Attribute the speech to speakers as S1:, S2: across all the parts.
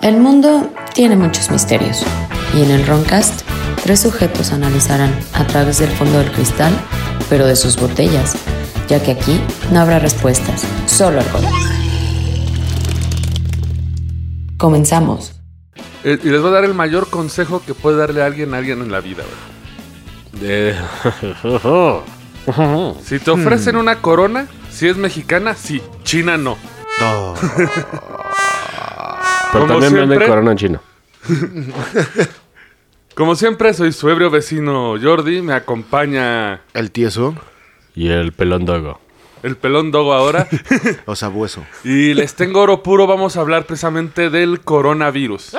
S1: El mundo tiene muchos misterios y en el Roncast tres sujetos analizarán a través del fondo del cristal, pero de sus botellas, ya que aquí no habrá respuestas, solo algo. Comenzamos.
S2: Eh, y les voy a dar el mayor consejo que puede darle a alguien a alguien en la vida, güey.
S3: De...
S2: Si te ofrecen una corona, si es mexicana, sí. China no.
S3: Pero
S2: Como
S3: también
S2: siempre.
S3: venden corona en chino.
S2: Como siempre, soy su ebrio vecino Jordi. Me acompaña
S4: El tieso,
S3: Y el pelón dogo.
S2: el pelón Dogo ahora.
S4: o sabueso.
S2: y les tengo oro puro. Vamos a hablar precisamente del coronavirus.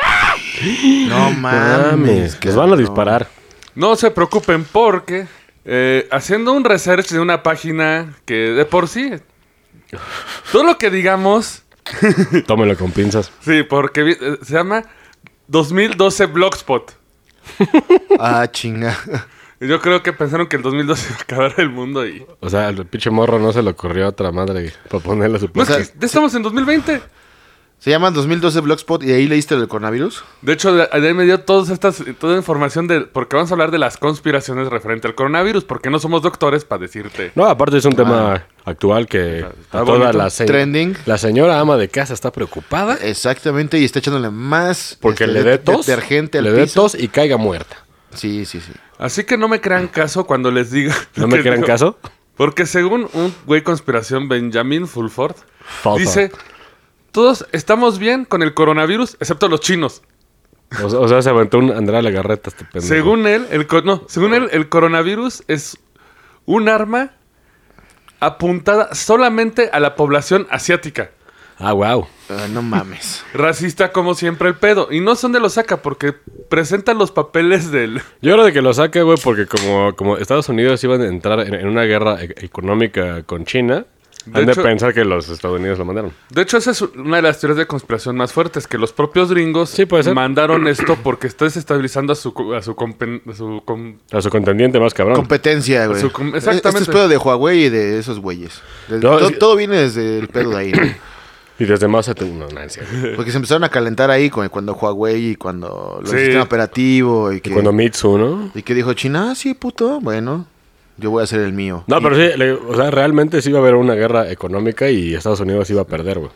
S4: No Ah, mames.
S3: Les van a disparar.
S2: No se preocupen porque eh, haciendo un research de una página que de por sí... Todo lo que digamos
S3: Tómelo con pinzas.
S2: Sí, porque vi- eh, se llama 2012 Blogspot.
S4: Ah, chinga.
S2: Y Yo creo que pensaron que el 2012 iba a acabar el mundo y...
S3: O sea, al pinche morro no se le ocurrió a otra madre para ponerle a su
S2: No, es
S3: pinza.
S2: que ya estamos en 2020.
S4: Se llama 2012 Blogspot y de ahí leíste del coronavirus.
S2: De hecho, de de ahí me dio todas estas, toda la información de... Porque vamos a hablar de las conspiraciones referente al coronavirus, porque no somos doctores para decirte...
S3: No, aparte es un tema actual que
S2: está
S3: a toda
S2: bonito.
S3: la se-
S4: Ah. Trending.
S3: La señora ama de casa está preocupada
S4: Exactamente, y está echándole más
S3: porque
S4: este,
S3: le
S4: de-
S3: dé tos.
S4: detergente al
S3: le dé
S4: piso.
S3: tos y caiga muerta.
S4: Sí, sí, sí.
S2: Así que no me crean caso cuando les diga...
S3: ¿No me
S2: que
S3: crean
S2: digo-
S3: caso?
S2: Porque según un güey conspiración, Benjamin Fulford,
S3: Fulford.
S2: dice... Todos estamos bien con el coronavirus, excepto los chinos.
S3: O, o sea, se aventó un Andrea Legarreta este pendejo.
S2: Según él, el co- no, según él, el coronavirus es un arma apuntada solamente a la población asiática.
S3: Ah, wow.
S4: Ah, no mames.
S2: Racista como siempre el pedo. Y no son de lo saca porque presentan los papeles del...
S3: Yo creo de que lo saque, güey, porque como, como Estados Unidos iban a entrar en, en una guerra e- económica con China,
S2: De
S3: han de
S2: hecho-
S3: pensar que los Estados Unidos lo mandaron.
S2: De hecho, esa es una de las teorías de conspiración más fuertes, que los propios gringos
S3: Sí, puede ser.
S2: mandaron esto porque está desestabilizando a su... co- A su, compen- a su com-
S3: A su contendiente más cabrón.
S4: Competencia, güey.
S2: Su com-
S4: E-
S2: exactamente.
S4: Esto es pedo de Huawei y de esos güeyes. Desde-
S3: No,
S4: todo,
S3: es que-
S4: todo viene desde el pedo de ahí. ¿no?
S3: y desde más a tu... No, no, en serio.
S4: Porque se empezaron a calentar ahí con- cuando Huawei y cuando lo
S2: Sí.
S4: sistema operativo y que,
S3: Y cuando Mitsu, ¿no?
S4: y que dijo China, ah, sí, puto, bueno, yo voy a hacer el mío.
S3: No, pero sí, le- o sea, realmente sí iba a haber una guerra económica y Estados Unidos iba a perder, güey.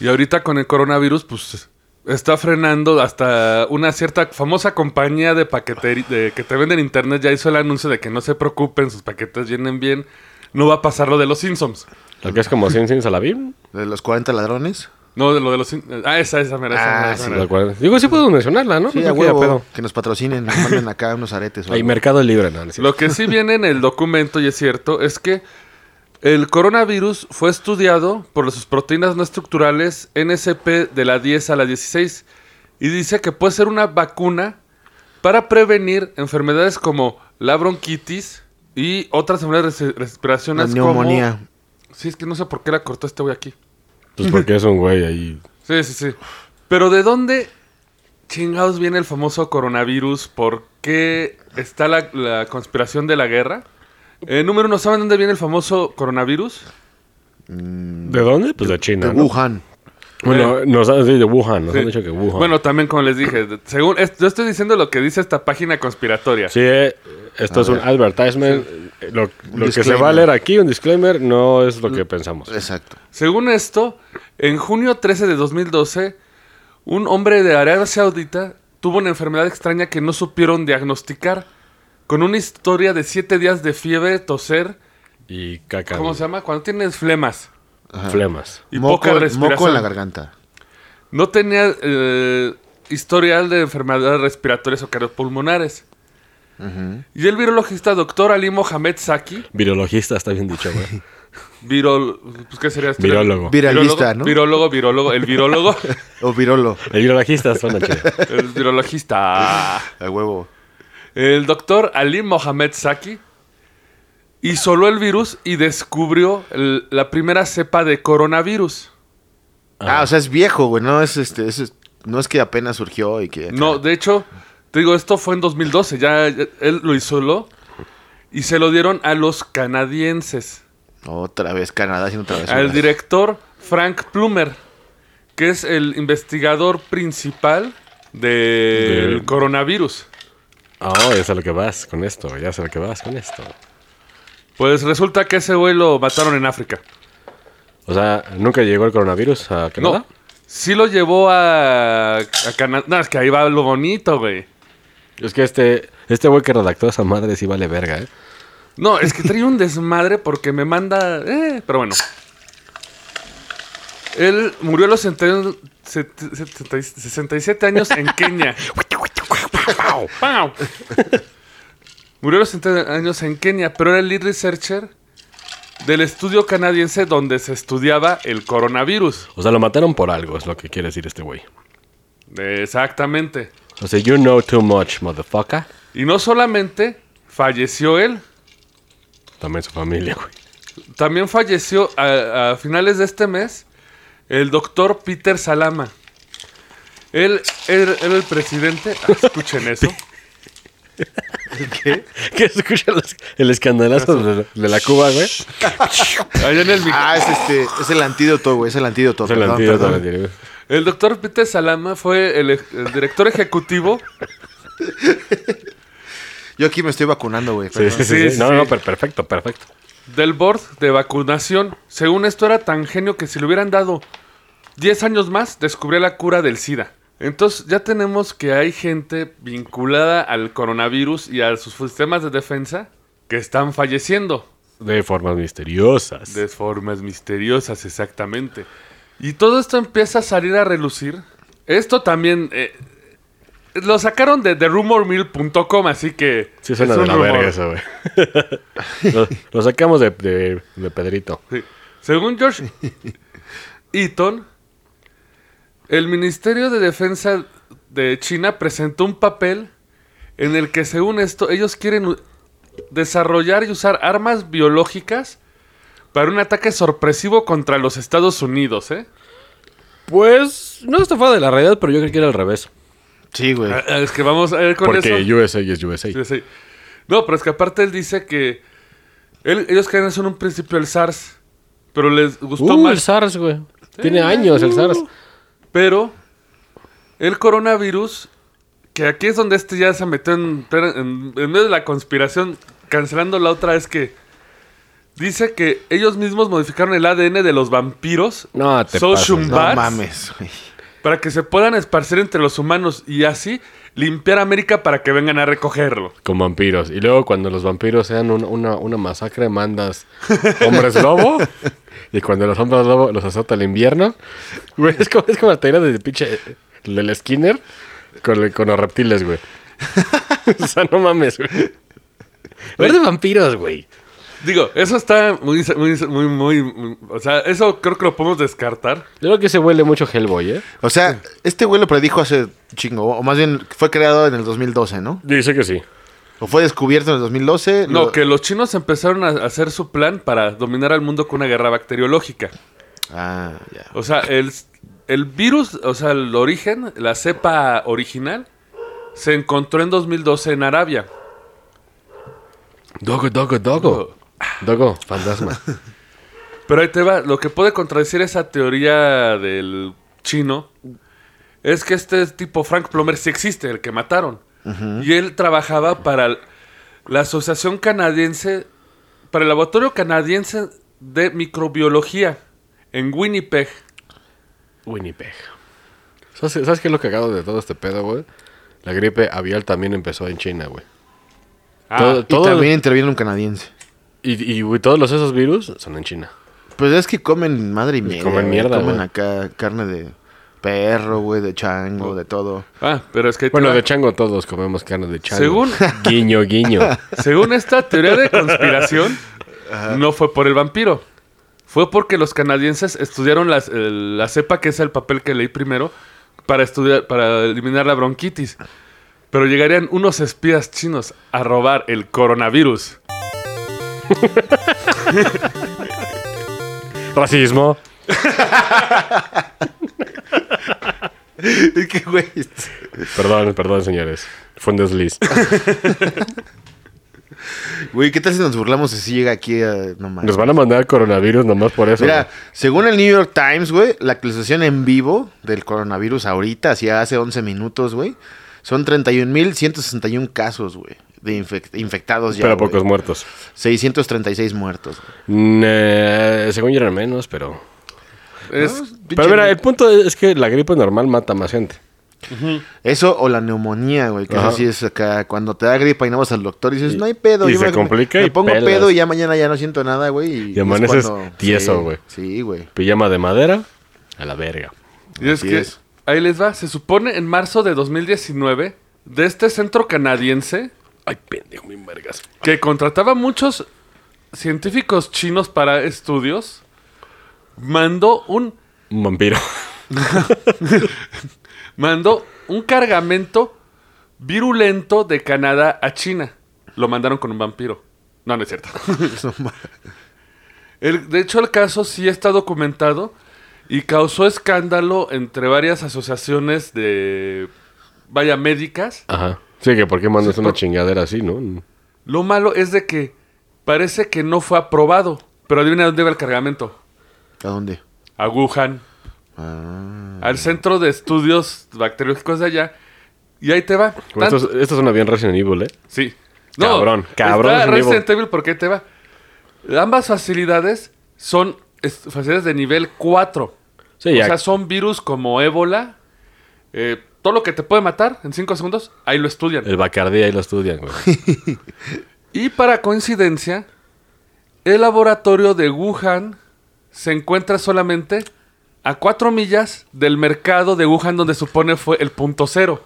S2: Y ahorita con el coronavirus, pues está frenando hasta una cierta famosa compañía de paquetería de, que te venden en internet ya hizo el anuncio de que no se preocupen, sus paquetes vienen bien. No va a pasar lo de los Simpsons.
S3: Lo que es como Sin Sin Salabim.
S4: De los 40 ladrones.
S2: No, de lo de los Sim- Ah, esa, esa, mira, esa.
S4: Ah,
S2: mira, esa,
S4: sí,
S2: mira.
S3: lo cual- Digo, sí puedo mencionarla, ¿no? No
S4: Sí, a
S3: creo que haya
S4: huevo,
S3: pedo.
S4: que nos patrocinen, nos manden acá unos aretes. o
S3: Hay
S4: algo.
S3: mercado libre, ¿no? no es cierto.
S2: Lo que sí viene en el documento, y es cierto, es que el coronavirus fue estudiado por sus proteínas no estructurales NSP de la 10 a la 16 y dice que puede ser una vacuna para prevenir enfermedades como la bronquitis y otras enfermedades res-
S4: Una
S2: respiracionales
S4: neumonía.
S2: como... Sí, es que no sé por qué la cortó este güey aquí.
S3: Pues porque es un güey ahí.
S2: Sí, sí, sí. Pero ¿de dónde chingados viene el famoso coronavirus? ¿Por qué está la, la conspiración de la guerra? Eh, número uno, ¿saben dónde viene el famoso coronavirus?
S3: ¿De dónde? Pues de China.
S4: De
S3: ¿no?
S4: Wuhan.
S3: Bueno, nos han dicho de Wuhan. Nos
S2: Eh. Sí.
S3: han dicho que Wuhan.
S2: Bueno, también como les dije, de- según es- yo estoy diciendo lo que dice esta página conspiratoria.
S3: Sí, eh, esto es un advertisement. Eh, Lo, lo que se
S4: disclaimer.
S3: va a leer aquí, un disclaimer, no es lo que pensamos.
S4: Exacto.
S2: Según esto, en junio 13 de 2012, un hombre de Arabia Saudita tuvo una enfermedad extraña que no supieron diagnosticar, con una historia de siete días de fiebre, toser,
S3: Y caca.
S2: ¿cómo se llama? Cuando tienes flemas.
S3: Flemas.
S2: Y
S4: moco,
S2: poca respiración.
S4: moco en la garganta.
S2: No tenía eh, historial de enfermedades respiratorias o cardiopulmonares. Y el virologista doctor Ali Mohamed Saki,
S3: Virologista está bien dicho, güey.
S2: virol, pues, ¿qué sería esto?
S3: Virólogo.
S4: Viralista,
S2: Virólogo,
S4: ¿no?
S2: Virólogo, virólogo, el virologo,
S4: O virolo.
S3: El virologista suena chido.
S2: el virologista.
S4: A huevo.
S2: El doctor Ali Mohamed Saki isoló el virus y descubrió el- la primera cepa de coronavirus.
S4: Ah, o sea, es viejo, güey. No es este, es- es- no es que apenas surgió y que.
S2: No, de hecho, te digo, esto fue en 2012, ya ya- él lo isoló y se lo dieron a los canadienses, Ah,
S4: Otra vez Canadá haciendo otra vez.
S2: al director Frank Plumer, que es el investigador principal del
S3: Del-
S2: coronavirus.
S3: Ah, ya sé a lo que vas con esto, ya sé a lo que vas con esto.
S2: Pues resulta que ese güey lo mataron en África.
S3: O sea, ¿nunca llegó el coronavirus a Canadá?
S2: No. Sí lo llevó a, a Canadá. No, es que ahí va lo bonito, güey.
S3: Es que este este güey que redactó esa madre sí vale verga, ¿eh?
S2: No, es que trae un desmadre porque me manda. eh, pero bueno. Él murió a los 70 set- 70 67 años en Kenia. ¡Pau! Murió a los 70 años en Kenia, pero era el lead researcher del estudio canadiense donde se estudiaba el coronavirus.
S3: O sea, lo mataron por algo, es lo que quiere decir este güey.
S2: Exactamente.
S3: O sea, you know too much, motherfucker.
S2: Y no solamente falleció él,
S3: También su familia, güey.
S2: también falleció a, a finales de este mes el doctor Peter Salama. Él era, era el presidente. ah, escuchen eso.
S3: ¿Qué escucha el, es- el
S2: Ah,
S3: escandalazo de, de la Cuba, güey? Es
S2: Allá en el mic-
S4: Ah, es este, es el antídoto, güey, es el antídoto.
S3: el
S4: perdón,
S3: antídoto,
S4: perdón.
S3: el antídoto.
S2: El doctor Peter Salama fue el, ej- el director ejecutivo.
S4: Yo aquí me estoy vacunando, güey.
S3: Sí,
S4: perdón.
S3: sí, sí,
S2: Sí,
S3: sí.
S2: sí,
S3: No,
S2: sí.
S3: no, per- perfecto, perfecto.
S2: del board de vacunación. Según esto era tan genio que si le hubieran dado 10 años más, descubría la cura del SIDA. Entonces ya tenemos que hay gente vinculada al coronavirus y a sus sistemas de defensa que están falleciendo
S3: De formas misteriosas.
S2: de formas misteriosas, exactamente. Y todo esto empieza a salir a relucir. Esto también... eh, lo sacaron de, de rumormill.com, así que...
S3: Sí, suena
S2: es
S3: de
S2: un
S3: la
S2: rumor.
S3: verga eso, güey. lo, lo sacamos de, de, de Pedrito.
S2: Sí. Según George Eaton, el Ministerio de Defensa de China presentó un papel en el que, según esto, ellos quieren u- desarrollar y usar armas biológicas para un ataque sorpresivo contra los Estados Unidos, ¿eh?
S3: Pues, no está fuera de la realidad, pero yo creo que era al revés.
S4: Sí, güey.
S2: Ah, ah, Es que vamos a ver con
S3: Porque
S2: eso.
S3: USA es USA.
S2: Sí, sí. No, pero es que aparte él dice que él- ellos querían hacer en un principio el SARS, pero les gustó
S3: Uh,
S2: más.
S3: el SARS, güey. Tiene años el SARS.
S2: Pero el coronavirus, que aquí es donde este ya se metió en, en, en medio de la conspiración, cancelando la otra, es que dice que ellos mismos modificaron el ADN de los vampiros.
S3: No te
S2: Social
S3: pases.
S4: No
S2: bats,
S4: mames, güey.
S2: Para que se puedan esparcir entre los humanos y así limpiar América para que vengan a recogerlo.
S3: Con vampiros. Y luego cuando los vampiros sean un- una, una masacre, mandas hombres lobo. y cuando los hombres lobo los azota el invierno. Güey, es como, es como la teoría del pinche del Skinner con, el- con los reptiles, güey. o sea, no mames, güey. Ver de vampiros, güey.
S2: Digo, eso está muy, muy, muy, muy, muy- O sea, eso creo que lo podemos descartar.
S3: Yo creo que se huele mucho Hellboy, ¿eh?
S4: O sea, este güey lo predijo hace chingo, o más bien fue creado en el 2012, ¿no?
S3: Dice que sí.
S4: O fue descubierto en el 2012.
S2: No,
S4: lo-
S2: que los chinos empezaron a hacer su plan para dominar al mundo con una guerra bacteriológica.
S4: Ah, ya.
S2: O sea, el, el virus, o sea, el origen, la cepa original, se encontró en 2012 en Arabia.
S3: Dogo, dogo, dogo. Dogo, fantasma.
S2: Pero ahí te va, lo que puede contradecir esa teoría del chino es que este tipo Frank Plomer sí existe, el que mataron. Y él trabajaba para el- la Asociación Canadiense, para el Laboratorio Canadiense de Microbiología en Winnipeg.
S3: Winnipeg. ¿Sabes, sabes qué es lo cagado de todo este pedo, güey? La gripe avial también empezó en China, güey.
S2: Ah,
S3: Todo-
S4: Y
S3: todo-
S4: también interviene un canadiense.
S3: Y, y, güey, todos los, esos virus son en China.
S4: Pues es que comen madre y mierda.
S3: Pues comen
S4: güey.
S3: mierda,
S4: Comen
S3: güey.
S4: acá carne de perro, güey, de chango, de todo.
S2: Ah, pero es que... ahí te
S3: Bueno,
S2: va.
S3: de chango todos comemos carne de chango.
S2: Según-
S3: Guiño, guiño.
S2: Según esta teoría de conspiración, no fue por el vampiro. Fue porque los canadienses estudiaron las- el- la cepa, que es el papel que leí primero, para, estudiar, para eliminar la bronquitis. Pero llegarían unos espías chinos a robar el coronavirus.
S4: Ah,
S3: Racismo.
S4: Es que, güey.
S3: Perdón, perdón, señores. Fue un desliz.
S4: Güey, ¿qué tal si nos burlamos si sí llega aquí a... No mames.
S3: Nos van a mandar coronavirus nomás por eso.
S4: Mira,
S3: güey.
S4: según el New York Times, güey, la actualización en vivo del coronavirus ahorita, hacia hace 11 minutos, güey, son 31.161 casos, güey, de infec- infectados ya.
S3: pero
S4: güey.
S3: pocos muertos.
S4: 636 muertos. güey.
S3: Nah, según yo eran menos, pero...
S2: Es-
S4: No, pinche-
S3: Pero mira, el punto es que la gripe normal mata más gente.
S4: Eso o la neumonía, güey, que
S3: Ajá.
S4: así es acá. Cuando te da gripa y no vas al doctor y dices, no hay pedo.
S3: y
S4: yo
S3: se
S4: me-
S3: complica
S4: Me
S3: y
S4: pongo
S3: pelas.
S4: pedo y ya mañana ya no siento nada, güey. Y, es
S3: amaneces
S4: cuando-
S3: tieso,
S4: sí,
S3: güey.
S4: Sí, güey.
S3: Pijama de madera, a la verga.
S2: Y es
S4: Así
S2: que
S4: es.
S2: ahí les va. Se supone en marzo de 2019 de este centro canadiense
S3: Ay, pendejo, mi vergas.
S2: que contrataba muchos científicos chinos para estudios mandó un
S3: Un vampiro.
S2: mandó un cargamento virulento de Canadá a China. Lo mandaron con un vampiro. No, no es cierto. El- de hecho, el caso sí está documentado y causó escándalo entre varias asociaciones de, vaya, médicas.
S3: Ajá. Sí, que por qué mandas una chingadera así, ¿no?
S2: Lo malo es de que parece que no fue aprobado. Pero adivina dónde iba el cargamento.
S4: ¿A dónde?
S2: A Wuhan,
S4: Ah.
S2: al centro de estudios bacteriológicos de allá. Y ahí te va.
S3: Bueno,
S2: Tan-
S3: esto, es- esto suena bien Resident Evil, ¿eh?
S2: Sí.
S3: Cabrón, cabrón,
S2: Está
S3: es un
S2: Resident Evil porque ahí te va. Ambas facilidades son es- facilidades de nivel 4.
S3: Sí, ya.
S2: O sea, son virus como ébola. eh, todo lo que te puede matar en 5 segundos, ahí lo estudian.
S3: El Bacardí ahí lo estudian, güey.
S2: Y para coincidencia, el laboratorio de Wuhan se encuentra solamente a 4 millas del mercado de Wuhan donde supone fue el punto cero.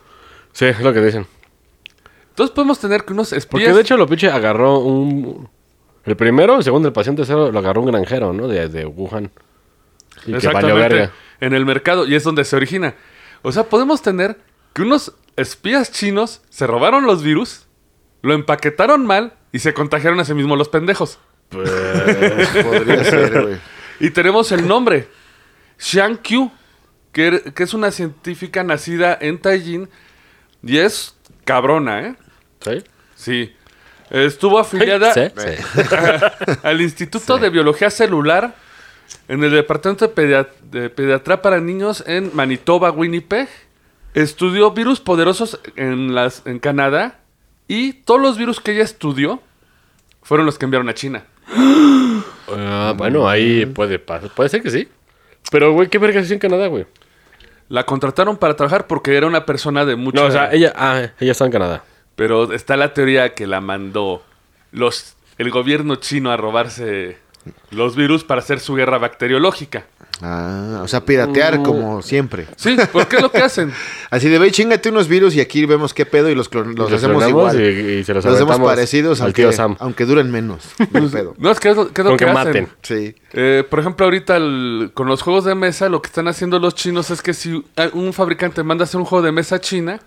S3: Sí, es lo que dicen.
S2: Entonces podemos tener que unos
S3: Porque
S2: espías...
S3: de hecho lo pinche agarró un... El primero, el segundo, el paciente cero, lo agarró un granjero, ¿no? De, de Wuhan. Y que valió verga.
S2: En el mercado, y es donde se origina. O sea, podemos tener que unos espías chinos se robaron los virus, lo empaquetaron mal y se contagiaron a sí mismos los pendejos.
S3: Eh.
S4: Podría ser, güey.
S2: Y tenemos el nombre, Xiang Qiu, que, er- que es una científica nacida en Tallinn y es cabrona, ¿eh?
S3: ¿Sí?
S2: Sí. Estuvo afiliada
S3: Sí, sí.
S2: al Instituto de Biología Celular en el Departamento de, Pedia- de Pediatría para Niños en Manitoba, Winnipeg. Estudió virus poderosos en, las, en Canadá y todos los virus que ella estudió fueron los que enviaron a China.
S3: Ah, bueno, ahí puede pasar. Puede ser que sí. Pero, güey, ¿qué verga se hizo en Canadá, güey?
S2: La contrataron para trabajar porque era una persona de mucho...
S3: No, o sea, ella, ah, ella está en Canadá.
S2: Pero está la teoría que la mandó los, el gobierno chino a robarse los virus para hacer su guerra bacteriológica.
S4: Ah, o sea,
S3: Mm.
S4: piratear como siempre.
S2: Sí, ¿por qué es lo que hacen?
S4: Así de, ve, chingate unos virus y aquí vemos qué pedo y los, clon- los
S3: los
S4: hacemos
S3: clonamos
S4: igual.
S3: y- y se los
S4: hacemos
S3: aventamos
S4: parecidos,
S3: al
S4: aunque,
S3: tío Sam.
S4: aunque duren menos. No hay pedo.
S2: No, es que es lo, que es lo
S3: Con
S2: que,
S3: que
S2: hacen.
S3: maten.
S4: Sí.
S2: Eh, por ejemplo, ahorita el- con los juegos de mesa, lo que están haciendo los chinos es que si a- un fabricante manda hacer un juego de mesa a china,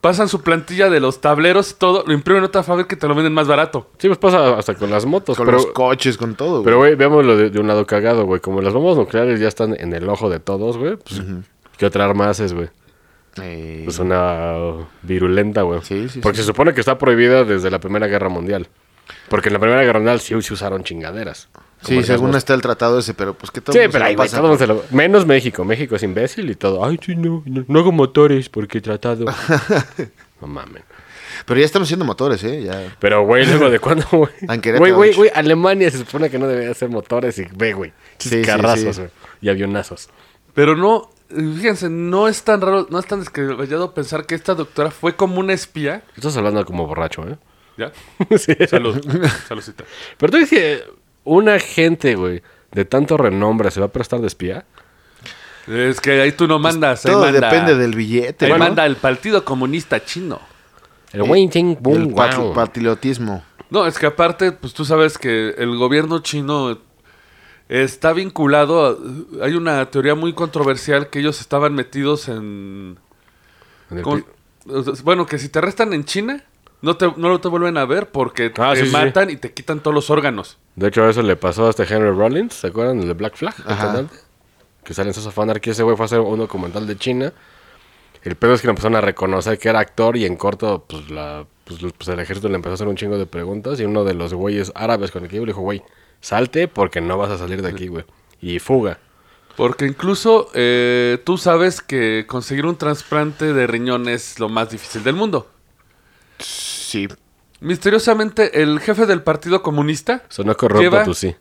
S2: pasan su plantilla de los tableros y todo, lo imprimen en otra fábrica y te lo venden más barato.
S3: Sí, pues pasa hasta con las motos.
S4: Con
S3: pero,
S4: los coches, con todo.
S3: pero,
S4: güey.
S3: güey, veámoslo de, de un lado cagado, güey. Como las bombas nucleares ya están en el ojo de todos, güey. Pues, ¿Qué otra arma haces, güey?
S4: Eh,
S3: Pues una uh, virulenta, güey.
S4: Sí, sí,
S3: Porque se supone que está prohibida desde la Primera Guerra Mundial. Porque en la Primera Guerra Mundial sí se usaron chingaderas. Como
S4: sí,
S3: el
S4: según
S3: gas
S4: está el tratado ese, pero pues qué todo
S3: Sí,
S4: mundo se
S3: pero
S4: la
S3: ahí, güey,
S4: pasa?
S3: todo se lo- Menos México. México es imbécil y todo. Ay, sí, no, no, no hago motores porque he tratado. no mames.
S4: Pero ya estamos haciendo motores, ¿eh? Ya.
S3: Pero, güey, luego de cuándo, güey.
S4: En Querétaro,
S3: Güey,
S4: de
S3: güey,
S4: hecho.
S3: güey, Alemania se supone que no debería hacer motores y ve, güey.
S4: Sí, sí,
S3: Carrazos,
S4: sí.
S3: güey. Y avionazos.
S2: Pero no, eh, fíjense, no es tan raro, no es tan descabellado pensar que esta doctora fue como una espía.
S3: Estás hablando como borracho, ¿eh?
S2: ¿Ya?
S3: sí.
S2: Salud. Saludcita.
S3: Pero tú dices que una gente, güey, de tanto renombre se va a prestar de espía.
S2: Es que ahí tú no mandas. ahí
S4: Pues todo
S2: manda-
S4: depende del billete,
S2: Ahí
S4: ¿no?
S2: manda el Partido Comunista Chino.
S3: El Wayne Ting
S4: Eh, El
S3: Boom,
S4: pat-
S3: wow.
S4: patilotismo.
S2: No, es que aparte, pues tú sabes que el gobierno chino está vinculado. a- hay una teoría muy controversial que ellos estaban metidos en.
S3: En el
S2: ¿cómo-
S3: pi-
S2: o sea, Bueno, que si te arrestan en China, no te, no te vuelven a ver porque
S3: Ah,
S2: te
S3: sí, sí, sí.
S2: matan y te quitan todos los órganos.
S3: De hecho, eso le pasó a este Henry Rollins, ¿se acuerdan? El de Black Flag, el
S4: Ajá.
S3: cantante. Que sale en Sosa Fanarchy. Ese güey fue a hacer un documental de China. El pedo es que lo empezaron a reconocer que era actor y en corto, pues, la, pues, lo- pues, el ejército le empezó a hacer un chingo de preguntas y uno de los güeyes árabes con el que iba le dijo, güey, salte porque no vas a salir de aquí, güey. Y fuga.
S2: Porque incluso eh, tú sabes que conseguir un trasplante de riñón es lo más difícil del mundo.
S4: Sí.
S2: Misteriosamente, el jefe del Partido Comunista
S3: Sonó corrupto,
S2: Lleva-
S3: tú sí.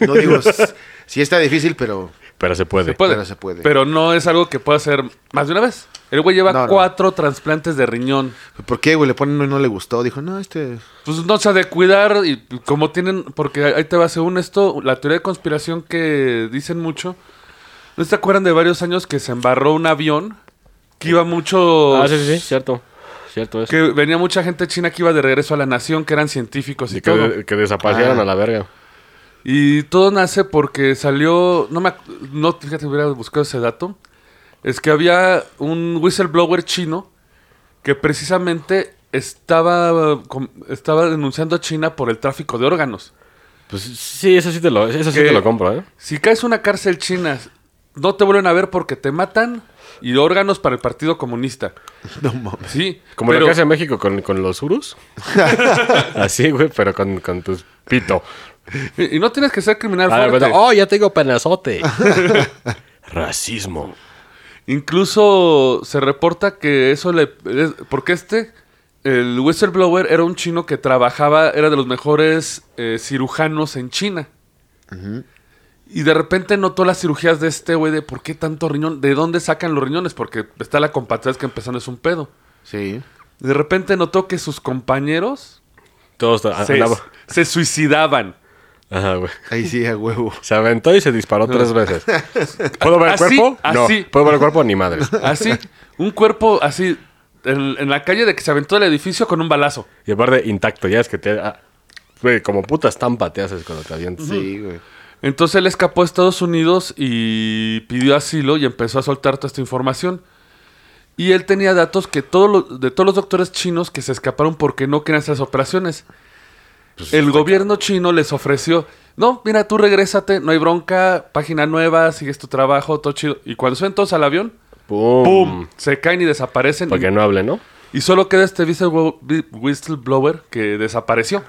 S4: No digo, s- sí está difícil, pero
S3: Pero se puede.
S2: se puede,
S4: Pero se puede.
S2: pero no es algo que pueda hacer más de una vez. El güey lleva
S4: No, no.
S2: cuatro trasplantes de riñón.
S4: ¿por qué, güey? Le ponen uno y no le gustó. Dijo, no, este...
S2: Pues no se ha de cuidar y como tienen, porque ahí te va, según esto, la teoría de conspiración que dicen mucho, ¿no se acuerdan de varios años que se embarró un avión que iba mucho...
S3: Ah, sí, sí, sí, cierto. Cierto es.
S2: Que venía mucha gente china que iba de regreso a la nación, que eran científicos y,
S3: Y que,
S2: todo.
S3: de- que desaparecieron
S4: Ah.
S3: a la verga.
S2: Y todo nace porque salió, no me, ac- no, fíjate, hubiera buscado ese dato, es que había un whistleblower chino que precisamente estaba, com- estaba denunciando a China por el tráfico de órganos.
S3: Pues sí, eso sí te lo, eso sí
S2: Que-
S3: te lo compro, ¿eh?
S2: Si caes a una cárcel china, no te vuelven a ver porque te matan y órganos para el Partido Comunista.
S4: No mames.
S2: Sí,
S3: Como
S2: pero-
S3: lo que hace México con, con los urus. Así, güey, pero con, con tus pito.
S2: y, y no tienes que ser criminal
S3: A ver,
S2: fuerte.
S3: bueno, oh, ya tengo penazote. Racismo.
S2: Incluso se reporta que eso le... es- Porque este, el whistleblower era un chino que trabajaba, era de los mejores eh, cirujanos en China. Y de repente notó las cirugías de este güey de por qué tanto riñón, de dónde sacan los riñones, porque está la compatriz que empezando es un pedo.
S4: Sí.
S2: De repente notó que sus compañeros
S3: Todos ta-
S2: se,
S3: Ah, andaba-
S2: se suicidaban.
S3: Ajá, güey.
S4: Ahí sí, a huevo.
S3: Se aventó y se disparó tres veces. ¿Puedo ver el
S2: Así,
S3: cuerpo? No.
S2: así.
S3: ¿Puedo ver el cuerpo? Ni madre.
S2: Así, un cuerpo así, en, en la calle de que se aventó del edificio con un balazo.
S3: Y aparte, intacto, ya es que te. ah, güey, como puta estampa te haces cuando te avientas.
S4: Sí, güey.
S2: Entonces él escapó a Estados Unidos y pidió asilo y empezó a soltar toda esta información. Y él tenía datos que todos los- de todos los doctores chinos que se escaparon porque no querían esas operaciones.
S3: Pues,
S2: el gobierno chino les ofreció, no, mira, tú regrésate, no hay bronca, página nueva, sigues tu trabajo, todo chido. Y cuando suben todos al avión,
S3: ¡Pum!
S2: ¡pum! Se caen y desaparecen.
S3: Porque no hable, ¿no?
S2: Y solo queda este whistle- whistleblower que desapareció.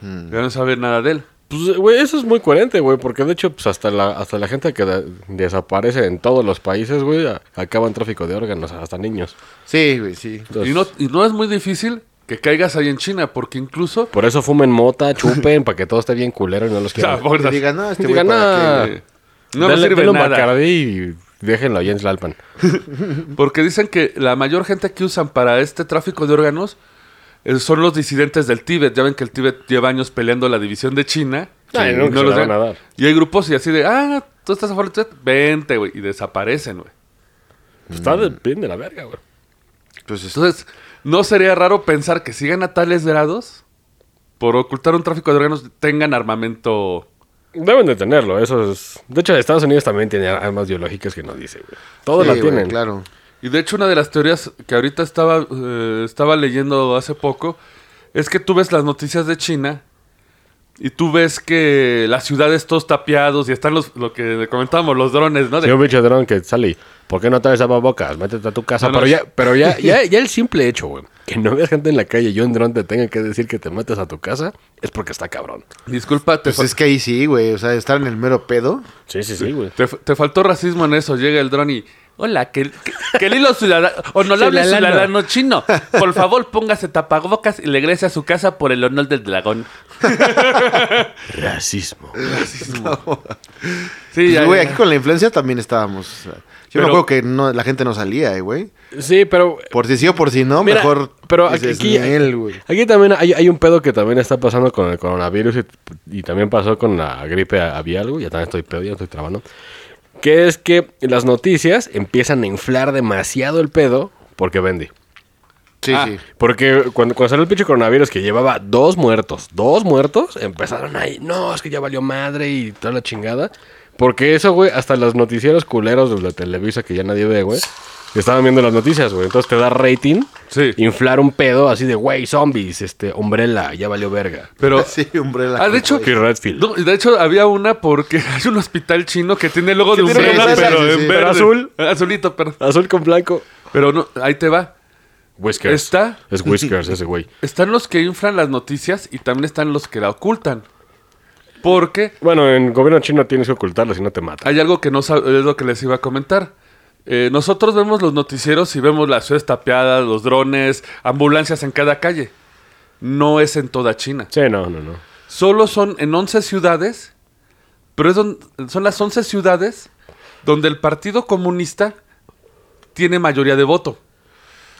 S3: Hmm.
S2: Ya no sabe nada de él.
S3: Pues, güey, eso es muy coherente, güey, porque de hecho, pues hasta la, hasta la gente que de- desaparece en todos los países, güey, a- acaba en tráfico de órganos, hasta niños.
S4: Sí, güey, sí.
S3: Entonces,
S2: Y no, y no es muy difícil que caigas ahí en China, porque incluso.
S3: Por eso fumen mota, chupen, para que todo esté bien culero y no los
S2: O sea,
S3: quieran.
S2: por-
S4: Que digan, no, este güey
S3: Digan,
S4: para
S3: "Ah,
S4: qué, güey".
S2: eh, no me
S3: denle-
S2: sirve
S3: denle un
S2: nada.
S3: Bacardí y déjenlo ahí en Tlalpan.
S2: Porque dicen que la mayor gente que usan para este tráfico de órganos eh, son los disidentes del Tíbet. Ya ven que el Tíbet lleva años peleando la división de China.
S3: Sí,
S2: y
S3: nunca se la
S2: dejan.
S3: van a dar.
S2: Y hay grupos y así de, ah, tú estás a favor del Tíbet, vente, güey. Y desaparecen, güey.
S3: Pues Está de, bien de la verga, güey. Pues
S4: Entonces,
S2: Entonces, no sería raro pensar que sigan a tales grados, por ocultar un tráfico de órganos, tengan armamento.
S3: Deben de tenerlo, eso es... De hecho, Estados Unidos también tiene armas biológicas que no dice, güey. Todos
S4: sí,
S3: la
S4: güey,
S3: tienen.
S4: claro.
S2: Y de hecho una de las teorías que ahorita estaba, eh, estaba leyendo hace poco es que tú ves las noticias de China y tú ves que las ciudades todos tapiados y están los, lo que comentábamos, los drones, ¿no? De-
S3: Si un bicho dron que sale, y, ¿por qué no traes tapabocas? Métete a tu casa.
S2: No, no,
S3: pero
S2: es-
S3: ya, pero ya, ya, ya el simple hecho, güey, que no veas gente en la calle y un dron te tenga que decir que te metes a tu casa, es porque está cabrón.
S2: Disculpa, te,
S4: Pues es que ahí sí, güey. O sea, estar en el mero pedo.
S3: Sí, sí, sí, güey.
S2: fal- te, te faltó racismo en eso. Llega el dron y... Hola, que, que, que lindo ciudadano, honorable
S3: Ciudadano.
S2: ciudadano chino. Por favor, póngase tapabocas y regrese a su casa por el honor del dragón.
S3: Racismo.
S2: Sí, ya-
S4: Pues, güey, aquí con la influencia también estábamos. o sea, yo
S2: Pero-
S4: me acuerdo que no, la gente no salía, eh, güey.
S3: Sí, pero...
S4: Por si sí o por si no,
S3: mira,
S4: mejor.
S3: pero aquí,
S4: dices,
S3: aquí,
S4: "Nel, güey.
S3: aquí también hay, hay un pedo que también está pasando con el coronavirus y, y también pasó con la gripe avial, güey. Ya también estoy pedo, ya estoy trabando. Que es que las noticias empiezan a inflar demasiado el pedo porque vende.
S4: Sí,
S2: Ah,
S4: sí.
S3: Porque cuando, cuando salió el pinche coronavirus que llevaba dos muertos, dos muertos, empezaron ahí, no, es que ya valió madre y toda la chingada. Porque eso, güey, hasta los noticieros culeros de la Televisa que ya nadie ve, güey, Estaban viendo las noticias, güey. Entonces te da rating.
S2: Sí.
S3: Inflar un pedo así de, güey, zombies, este, umbrella, ya valió verga.
S2: Pero.
S4: Sí, umbrella.
S2: Ah, de hecho,
S3: Y Redfield.
S2: No, y de hecho, había una porque hay un hospital chino que tiene el logo de
S4: Que
S2: un
S4: tiene
S2: Umbrella,
S4: Umbrella,
S2: pero
S4: sí,
S2: en
S4: sí.
S2: verde.
S3: Pero azul.
S2: Azulito, perdón.
S3: Azul con blanco.
S2: Pero no, ahí te va.
S3: Whiskers.
S2: ¿Está?
S3: Es Whiskers ese güey.
S2: Están los que inflan las noticias y también están los que la ocultan. Porque
S3: Bueno, en gobierno chino tienes que ocultarlo si no te mata.
S2: hay algo que no sabe, es lo que les iba a comentar. Eh, nosotros vemos los noticieros y vemos las ciudades tapiadas, los drones, ambulancias en cada calle. No es en toda China.
S3: Sí, no, no, no.
S2: Solo son en 11 ciudades, pero es don- son las 11 ciudades donde el Partido Comunista tiene mayoría de voto.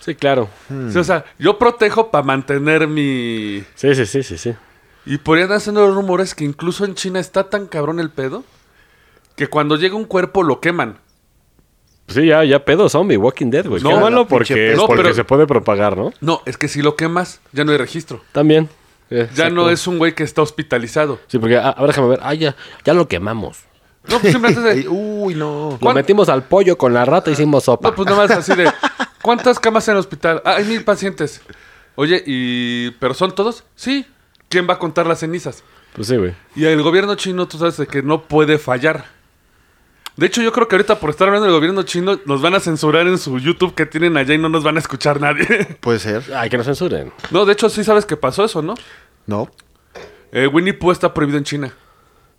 S3: Sí, claro.
S2: Sí, o sea, yo protejo para mantener mi...
S3: Sí, sí, sí, sí, sí.
S2: Y podrían haciendo los rumores que incluso en China está tan cabrón el pedo que cuando llega un cuerpo lo queman.
S3: Sí, ya, ya pedo zombie, Walking Dead, güey.
S2: No,
S3: No, malo
S4: la pinche
S3: porque,
S4: peste.
S2: No,
S3: porque
S2: pero-
S3: se puede propagar, ¿no?
S2: No, es que si lo quemas ya no hay registro.
S3: También. Eh,
S2: Ya
S3: exacto.
S2: no es un güey que está hospitalizado.
S3: Sí, porque, ah, a ver, déjame ver. Ah, ya, ya lo quemamos.
S2: No, pues siempre haces
S4: Ay,
S2: de...
S4: Uy, no.
S3: Lo
S2: ¿Cuán-
S3: metimos al pollo con la rata, hicimos sopa.
S2: No, pues nada más así de... ¿Cuántas camas en el hospital? Ah, hay mil pacientes. Oye, y... ¿Pero son todos? Sí. ¿Quién va a contar las cenizas?
S3: Pues sí, güey.
S2: Y el gobierno chino, tú sabes de que no puede fallar. De hecho, yo creo que ahorita por estar hablando del gobierno chino, nos van a censurar en su YouTube que tienen allá y no nos van a escuchar nadie.
S4: Puede ser.
S3: Ay, que nos censuren.
S2: no, de hecho, sí sabes que pasó eso, ¿no?
S4: No.
S2: Eh, Winnie Pooh está prohibido en China.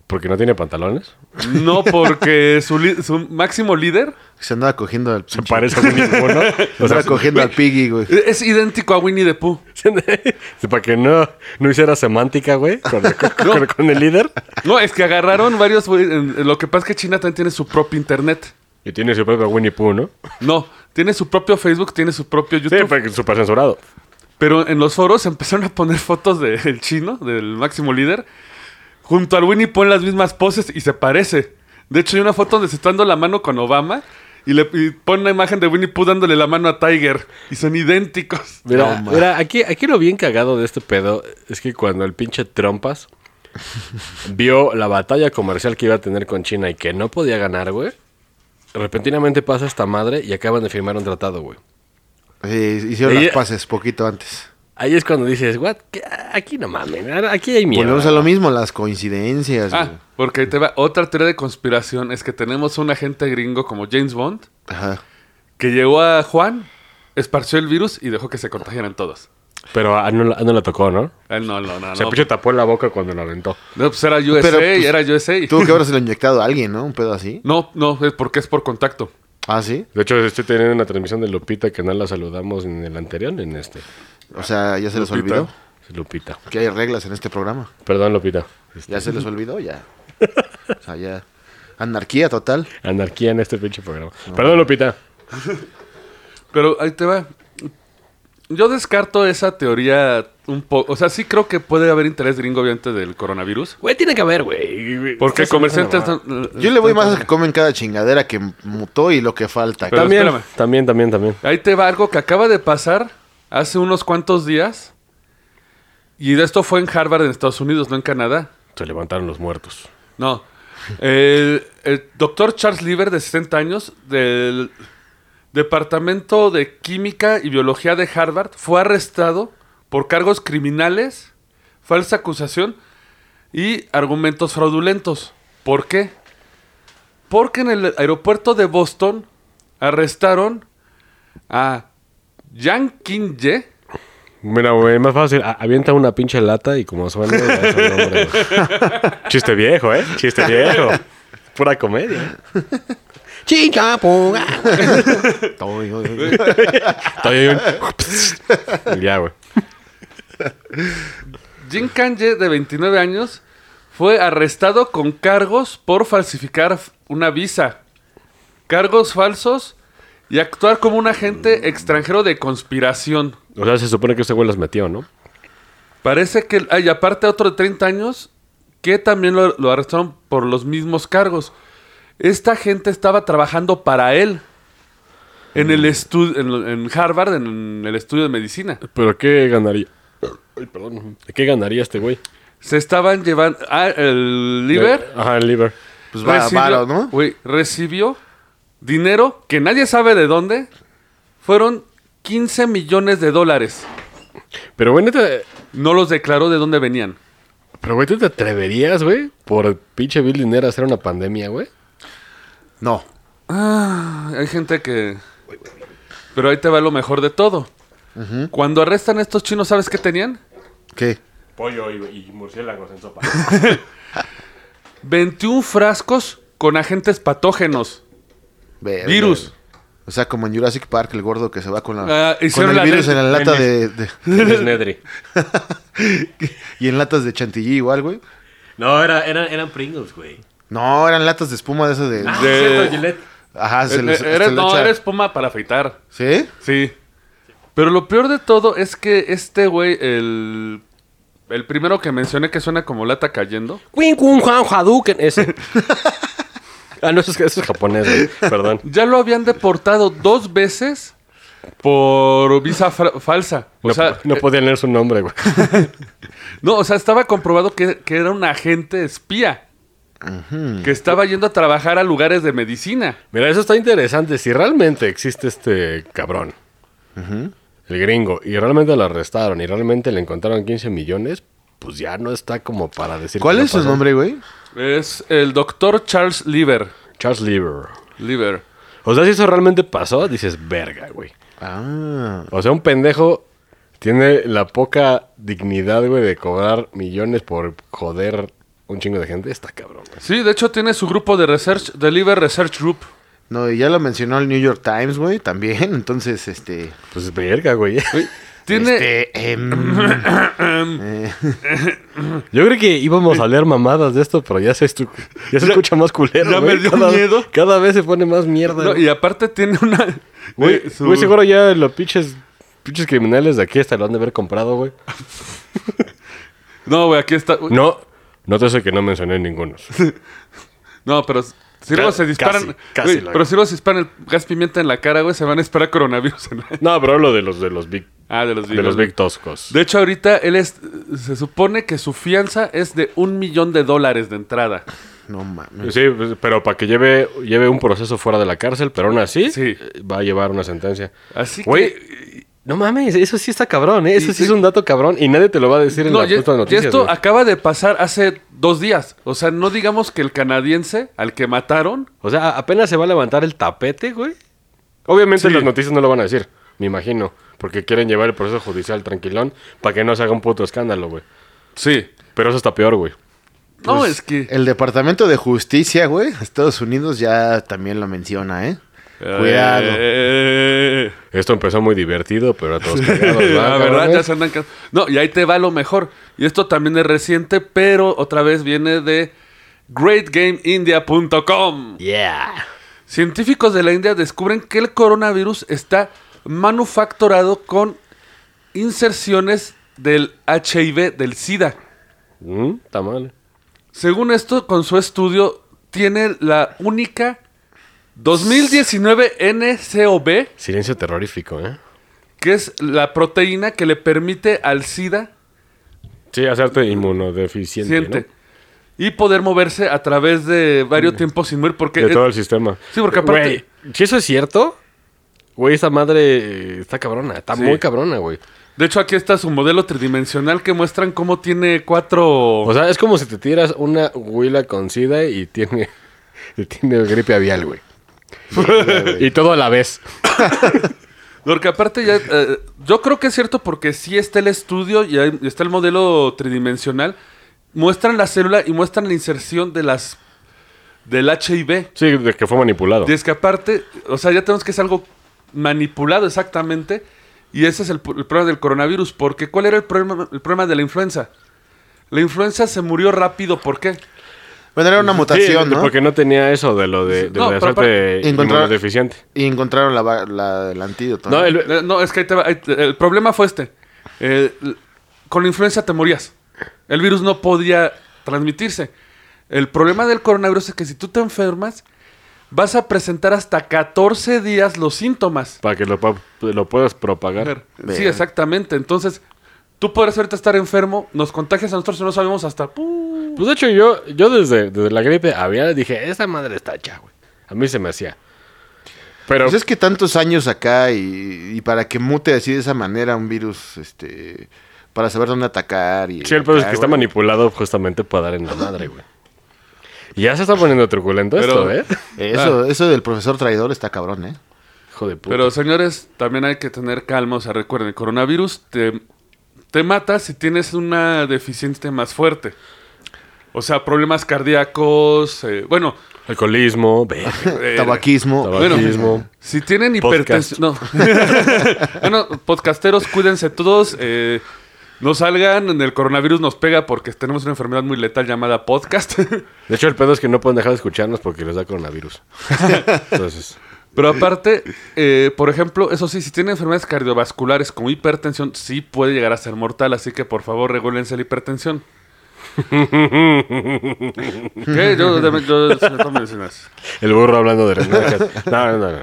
S3: Porque no tiene pantalones.
S2: No, porque su, li- su máximo líder
S4: Se andaba cogiendo al.
S3: Se parece a ninguno.
S4: Se
S3: O sea,
S4: andaba cogiendo al Piggy, güey.
S2: es idéntico a Winnie the Pooh.
S3: se- para que no, no hiciera semántica, güey, con, con- con- con el líder.
S2: No, es que agarraron varios... güey, en- Lo que pasa es que China también tiene su propio internet.
S3: Y tiene su propio Winnie Pooh, ¿no?
S2: No, tiene su propio Facebook, tiene su propio
S3: Sí,
S2: YouTube.
S3: fue súper censurado.
S2: Pero en los foros empezaron a poner fotos del chino, del máximo líder, junto al Winnie Pooh en las mismas poses y se parece. De hecho, hay una foto donde se está dando la mano con Obama y le y pone una imagen de Winnie Pooh dándole la mano a Tiger y son idénticos. Ah,
S3: Mira,
S4: No, ma.
S3: mira, aquí, aquí lo bien cagado de este pedo es que cuando el pinche Trompas vio la batalla comercial que iba a tener con China y que no podía ganar, güey, repentinamente pasa esta madre y acaban de firmar un tratado, güey.
S4: Eh, hicieron
S3: Ella-
S4: las pases poquito antes.
S3: Ahí es cuando dices, what, ¿Qué? aquí no mames, aquí hay miedo.
S4: Volvemos a lo mismo, las coincidencias,
S2: Ah,
S4: güey.
S2: porque ahí te va. Otra teoría de conspiración es que tenemos un agente gringo como James Bond
S4: Ajá.
S2: que llegó a Juan, esparció el virus y dejó que se contagiaran todos.
S3: Pero ah, no, la- no la tocó, ¿no?
S2: Ah, no, no, no.
S3: Se
S2: no.
S3: pinche tapó la boca cuando la aventó.
S2: No, pues era USA,
S4: Pero, pues,
S2: era USA.
S4: Tuvo que haberse lo inyectado a alguien, ¿no? Un pedo así.
S2: No, no, es porque es por contacto.
S4: Ah, sí.
S3: De hecho, estoy teniendo una transmisión de Lupita que no la saludamos en el anterior, ni en este.
S4: O sea, ya se les olvidó
S3: Lupita.
S4: que hay reglas en este programa.
S3: Perdón, Lupita.
S4: Ya se les olvidó, ya. O sea, ya. Anarquía total.
S3: Anarquía en este pinche programa. Perdón, Lupita.
S2: Pero ahí te va. Yo descarto esa teoría un poco. O sea, sí creo que puede haber interés gringo, obviamente, del coronavirus.
S3: Güey, tiene que haber, güey.
S2: Porque
S3: Estás hablando
S2: comerciantes. eh,
S3: mamá.
S4: Yo le voy más a que comen cada chingadera que mutó y lo que falta.
S2: Pero-
S3: también,
S2: espérame.
S3: también, también, también.
S2: Ahí te va algo que acaba de pasar hace unos cuantos días. Y de esto fue en Harvard, en Estados Unidos, no en Canadá.
S3: Se levantaron los muertos.
S2: No. El, el doctor Charles Lieber, de 60 años, del Departamento de Química y Biología de Harvard, fue arrestado por cargos criminales, falsa acusación y argumentos fraudulentos. ¿Por qué? Porque en el aeropuerto de Boston arrestaron a Yang King-ye,
S3: Mira, güey, más fácil. a- avienta una pinche lata y como suena. ya es el nombre, güey. Chiste viejo, ¿eh? Chiste viejo. Pura comedia. Chica, ponga.
S4: Oy, oy, oy.
S3: Todavía hay un- Ya, güey.
S2: Jin Kanye, de 29 años, fue arrestado con cargos por falsificar f- una visa, cargos falsos y actuar como un agente extranjero de conspiración.
S3: O sea, se supone que este güey los metió, ¿no?
S2: Parece que... Hay aparte otro de 30 años que también lo, lo arrestaron por los mismos cargos. Esta gente estaba trabajando para él en, el estu- en, lo- en Harvard, en el estudio de medicina.
S3: Pero ¿qué ganaría? Ay, perdón. ¿Qué ganaría este güey?
S2: Se estaban llevando... Ah, el Liber...
S3: Ajá, el liver.
S4: Pues va,
S2: Recibió-
S4: varo, ¿no?
S2: güey, recibió dinero que nadie sabe de dónde, fueron 15 millones de dólares.
S3: Pero güey, neta,
S2: No los declaró de dónde venían.
S3: pero güey, ¿tú te atreverías, güey? Por pinche Bill Dinero a hacer una pandemia, güey.
S4: No.
S2: Ah, hay gente que... Pero ahí te va lo mejor de todo. Cuando arrestan a estos chinos, ¿sabes qué tenían?
S4: ¿Qué?
S5: Pollo y, y murciélagos en sopa.
S2: 21 frascos con agentes patógenos.
S4: Verga,
S2: Virus.
S4: güey. O sea, como en Jurassic Park, el gordo que se va con, la,
S2: Ah,
S4: con
S2: hicieron
S4: el
S2: la
S4: virus
S2: de-
S4: en la lata de, de-
S5: Eres Nedry.
S4: Y en latas de chantilly igual, güey.
S5: No, era, eran, eran Pringles, güey.
S4: No, eran latas de espuma de esas de...
S5: Ah,
S2: De-
S5: cierto, Gillette.
S4: Ajá, se
S2: Eh,
S4: les...
S2: eh, era-
S4: se le
S2: no,
S4: echa-
S2: era espuma para afeitar.
S4: ¿Sí?
S2: Sí. Pero lo peor de todo es que este güey, el, el primero que mencioné que suena como lata cayendo,
S3: Queen Kun Juan Hadouken. Ese. ah, no, eso es, eso es japonés, güey. Perdón.
S2: ya lo habían deportado dos veces por visa fra- falsa. O
S3: no, pues.
S2: sea,
S3: no
S2: eh,
S3: podía leer su nombre, güey.
S2: no, o sea, estaba comprobado que, que era un agente espía. Que estaba yendo a trabajar a lugares de medicina.
S3: Mira, eso está interesante. Si realmente existe este cabrón, el gringo, y realmente lo arrestaron y realmente le encontraron 15 millones, pues ya no está como para decir.
S4: ¿Cuál
S3: que no
S4: es su
S3: pasó.
S4: nombre, güey?
S2: Es el doctor Charles Lieber.
S3: Charles Lieber.
S2: Lieber.
S3: O sea, si eso realmente pasó, dices, verga, güey.
S4: Ah.
S3: O sea, un pendejo tiene la poca dignidad, güey, de cobrar millones por joder un chingo de gente. Está cabrón, güey.
S2: Sí, de hecho tiene su grupo de research, de Lieber Research Group.
S4: No, y ya lo mencionó el New York Times, güey, también. Entonces, este...
S3: Pues verga, güey.
S2: Tiene,
S4: Este, em,
S3: Yo creo que íbamos a leer mamadas de esto, pero ya se, estu- ya se escucha más culero.
S2: ya
S3: güey.
S2: me dio
S3: cada,
S2: miedo.
S3: Cada vez se pone más mierda.
S2: No,
S3: güey.
S2: y aparte tiene una.
S3: Güey,
S2: eh, su-
S3: güey, seguro ya los pinches, pinches criminales de aquí hasta lo han de haber comprado, güey.
S2: No, güey, aquí está. Uy,
S3: No, no te sé que no mencioné ninguno.
S2: No, pero si luego
S3: Ca-
S2: se disparan.
S3: casi, casi
S2: güey,
S3: la-
S2: pero si luego se disparan el gas pimienta en la cara, güey, se van a esperar coronavirus. en la-
S3: No, pero hablo de los de los big,
S2: Ah, de los
S3: de los big toscos.
S2: De hecho, ahorita él es. Se supone que su fianza es de un millón de dólares de entrada.
S4: no mames.
S3: Sí, pues, pero para que lleve, lleve un proceso fuera de la cárcel, pero aún así
S2: Sí.
S3: eh, va a llevar una sentencia.
S2: Así
S3: Güey,
S2: que.
S3: no mames, eso sí está cabrón, ¿eh? eso
S2: Y-
S3: sí es un dato cabrón y nadie te lo va a decir en
S2: No,
S3: las
S2: y,
S3: putas
S2: y
S3: noticias.
S2: esto
S3: güey.
S2: acaba de pasar hace dos días. O sea, no digamos que el canadiense al que mataron.
S3: O sea, apenas se va a levantar el tapete, güey. Obviamente
S2: Sí.
S3: las noticias no lo van a decir, me imagino. Porque quieren llevar el proceso judicial tranquilón para que no se haga un puto escándalo, güey.
S2: Sí.
S3: Pero eso está peor, güey.
S2: No,
S3: Pues,
S2: es que.
S4: El Departamento de Justicia, güey, Estados Unidos ya también lo menciona, ¿eh? Cuidado.
S2: Eh,
S3: Esto empezó muy divertido, pero a todos cagados, ¿verdad,
S2: La verdad,
S3: cabrones?
S2: ya se andan ca- No, y ahí te va lo mejor. Y esto también es reciente, pero otra vez viene de greatgameindia.com.
S3: Yeah.
S2: Científicos de la India descubren que el coronavirus está manufacturado con inserciones del HIV, del SIDA.
S3: Mm, Está mal.
S2: Según esto, con su estudio, tiene la única 2019 NCOB,
S3: Silencio terrorífico, ¿eh?
S2: que es la proteína que le permite al SIDA
S3: Sí, hacerte inmunodeficiente,
S2: Siente. Y poder moverse a través de varios tiempos sin morir, porque
S3: Mm. De
S2: es-
S3: todo el sistema.
S2: Sí, porque aparte-
S3: Güey, si eso es cierto, güey, esa madre eh, está cabrona. Está
S2: Sí.
S3: muy cabrona, güey.
S2: de hecho aquí está su modelo tridimensional que muestran cómo tiene cuatro...
S3: O sea, es como si te tiras una huila con sida y tiene, y tiene gripe avial, güey. y todo a la vez.
S2: porque aparte ya... eh, yo creo que es cierto porque sí está el estudio y, ahí está el modelo tridimensional. Muestran la célula y muestran la inserción de las... del HIV.
S3: Sí, de que fue manipulado.
S2: Y es que aparte, o sea, ya tenemos que es algo manipulado exactamente. Y ese es el, pu- el problema del coronavirus. Porque ¿cuál era el problema, el problema de la influenza? La influenza se murió rápido. ¿Por qué?
S4: Bueno, era una mutación,
S3: Sí,
S4: ¿no?
S3: Porque no tenía eso de lo de, de,
S2: No,
S3: lo de
S2: pero
S3: hacerte
S4: Encontrar-
S3: inmunodeficiente.
S4: Y encontraron la, va- la- el antídoto.
S3: No, el-
S2: Eh, No, es que ahí te va, ahí te- el problema fue este. Eh, l- con la influenza te morías. El virus no podía transmitirse. El problema del coronavirus es que si tú te enfermas, vas a presentar hasta 14 días los síntomas.
S3: Para que lo, pa- lo puedas propagar.
S2: Sí,
S4: Ver.
S2: exactamente. Entonces, tú podrás ahorita estar enfermo, nos contagias a nosotros y no sabemos hasta. ¡pum!
S3: Pues de hecho, yo, yo desde, desde la gripe aviar dije, esa madre está hecha, güey. A mí se me hacía. Pero
S4: Pues es que tantos años acá y, y para que mute así de esa manera un virus, este, para saber dónde atacar. Y
S3: sí, el pedo es
S4: acá,
S3: que está
S4: güey.
S3: manipulado justamente para dar en la madre, güey. Y ya se está poniendo truculento
S2: Pero-
S3: esto, ¿eh?
S4: Eso, eso del profesor traidor está cabrón, ¿eh?
S3: Hijo de puta.
S2: Pero señores, también hay que tener calma. O sea, recuerden, el coronavirus te, te mata si tienes una deficiencia más fuerte. O sea, problemas cardíacos, eh, bueno,
S3: Alcoholismo, verga,
S2: eh,
S4: Tabaquismo.
S2: Bueno,
S3: tabaquismo.
S2: si tienen
S3: Podcast.
S2: hipertensión... No. bueno, podcasteros, cuídense todos. eh, no salgan, el coronavirus nos pega porque tenemos una enfermedad muy letal llamada podcast.
S3: De hecho, el pedo es que no pueden dejar de escucharnos porque les da coronavirus. Entonces,
S2: Pero aparte, eh, por ejemplo, eso sí, si tienen enfermedades cardiovasculares como hipertensión, sí puede llegar a ser mortal, así que por favor regúlense la hipertensión. ¿Qué? Yo, yo, yo- yo tomo medicinas.
S3: el burro hablando de remolacha. No, no, no.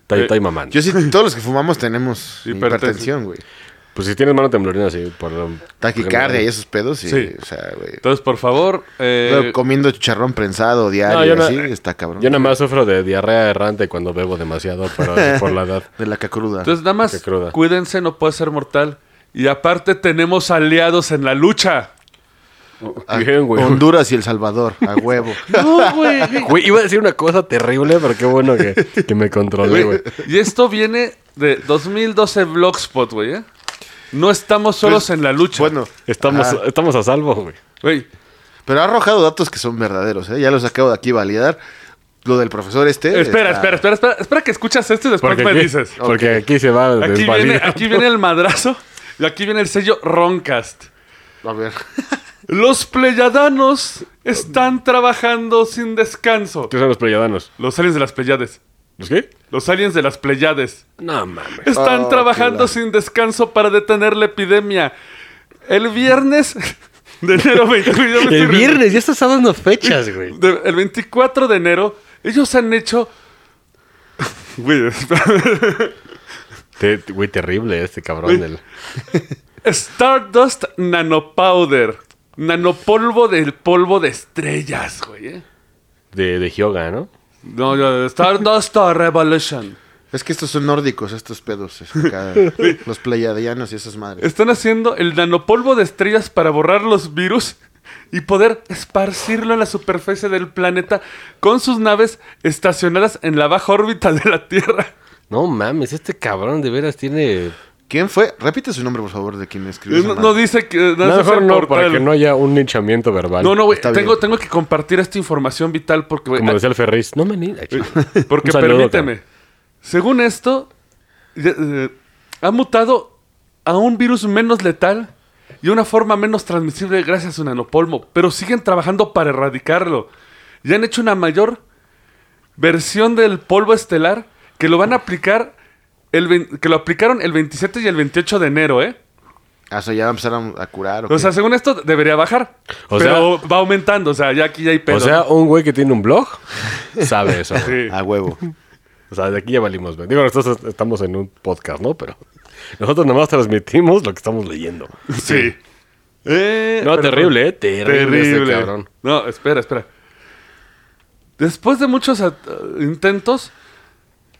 S3: Estoy, estoy mamando.
S4: Yo sí, todos los que fumamos tenemos
S2: Hipertensión.
S4: hipertensión, güey.
S3: Pues si tienes mano temblorina, sí, por lo-
S4: Taquicardia y esos pedos, y,
S2: Sí.
S4: o sea, güey.
S2: Entonces, por favor, eh,
S4: Luego comiendo chicharrón prensado diario,
S3: No, yo no-
S4: así, está cabrón.
S3: Yo nada más sufro de diarrea errante cuando bebo demasiado, pero es por la edad.
S4: De la cacruda.
S2: entonces nada
S3: Qué
S2: más
S3: cruda.
S2: cuídense, no puede ser mortal. Y aparte tenemos aliados en la lucha.
S4: Ah,
S3: Bien, güey.
S4: Honduras y El Salvador, a huevo.
S2: No, güey.
S3: Güey, iba a decir una cosa terrible, pero qué bueno que, que me controlé, güey.
S2: Y esto viene de 2012 Blogspot, güey. ¿eh? No estamos solos en la lucha.
S4: bueno,
S3: Estamos,
S4: Ajá.
S3: estamos a salvo, güey.
S2: Güey,
S4: pero ha arrojado datos que son verdaderos, ¿eh? Ya los acabo de aquí validar. Lo del profesor este.
S2: Espera,
S4: está-
S2: espera, espera, espera, espera que escuchas esto y después
S3: Porque
S2: me
S3: aquí,
S2: dices.
S3: porque aquí se va a
S2: Aquí viene,
S3: desvalidar.
S2: aquí viene el madrazo y aquí viene el sello Roncast.
S4: A ver.
S2: Los pleyadanos están trabajando sin descanso.
S3: ¿Qué son los pleyadanos?
S2: Los aliens de las Pleiades.
S3: ¿Los qué?
S2: Los aliens de las Pleiades
S3: No mames.
S2: están
S4: Oh,
S2: trabajando
S4: qué la-
S2: sin descanso para detener la epidemia. El viernes de enero 21. yo me estoy
S3: El
S2: riendo.
S3: viernes, ya estás dando fechas, güey.
S2: De- el 24 de enero, ellos han hecho. Güey, espérame.
S3: Te- Güey, terrible este cabrón. del-
S2: Stardust Nanopowder. Nanopolvo del polvo de estrellas, güey. ¿eh?
S3: de, de Hyoga, ¿no?
S2: No, yo, Stardust Revolution.
S4: Es que estos son nórdicos, estos pedos. es acá, los pleiadianos y esas madres.
S2: Están haciendo el nanopolvo de estrellas para borrar los virus y poder esparcirlo en la superficie del planeta con sus naves estacionadas en la baja órbita de la Tierra.
S3: No mames, este cabrón de veras tiene.
S4: ¿Quién fue? Repite su nombre, por favor, de quien escribió. esa
S2: No,
S4: madre.
S2: no dice que...
S3: No,
S2: se hace
S3: mejor no,
S2: portal.
S3: para que no haya un linchamiento verbal.
S2: No, no, güey.
S4: Está
S2: Tengo,
S4: bien.
S2: tengo que compartir esta información vital porque, güey,
S3: Como
S2: ah,
S3: decía el Ferris, no me ni.
S2: porque
S3: Un saludo,
S2: permíteme. Según esto, ya, eh, ha mutado a un virus menos letal y una forma menos transmisible gracias a su nanopolmo, pero siguen trabajando para erradicarlo. Y han hecho una mayor versión del polvo estelar que lo van a aplicar el vein- que lo aplicaron el 27 y el 28 de enero, ¿eh?
S4: Ah, o sea, ya empezaron a curar.
S2: O sea,
S4: qué?
S2: según esto debería bajar,
S3: O
S2: pero va aumentando, o sea, ya aquí ya hay pedo.
S3: O sea, un güey que tiene un blog sabe eso. güey.
S2: Sí.
S4: A huevo.
S3: O sea, de aquí ya valimos. güey. Digo, nosotros estamos en un podcast, ¿no? Pero nosotros nomás transmitimos lo que estamos leyendo.
S2: Sí. Eh,
S3: No,
S2: pero-
S3: terrible, ¿eh? Terrible, este
S2: Terrible.
S3: cabrón.
S2: No, espera, espera. Después de muchos at- intentos,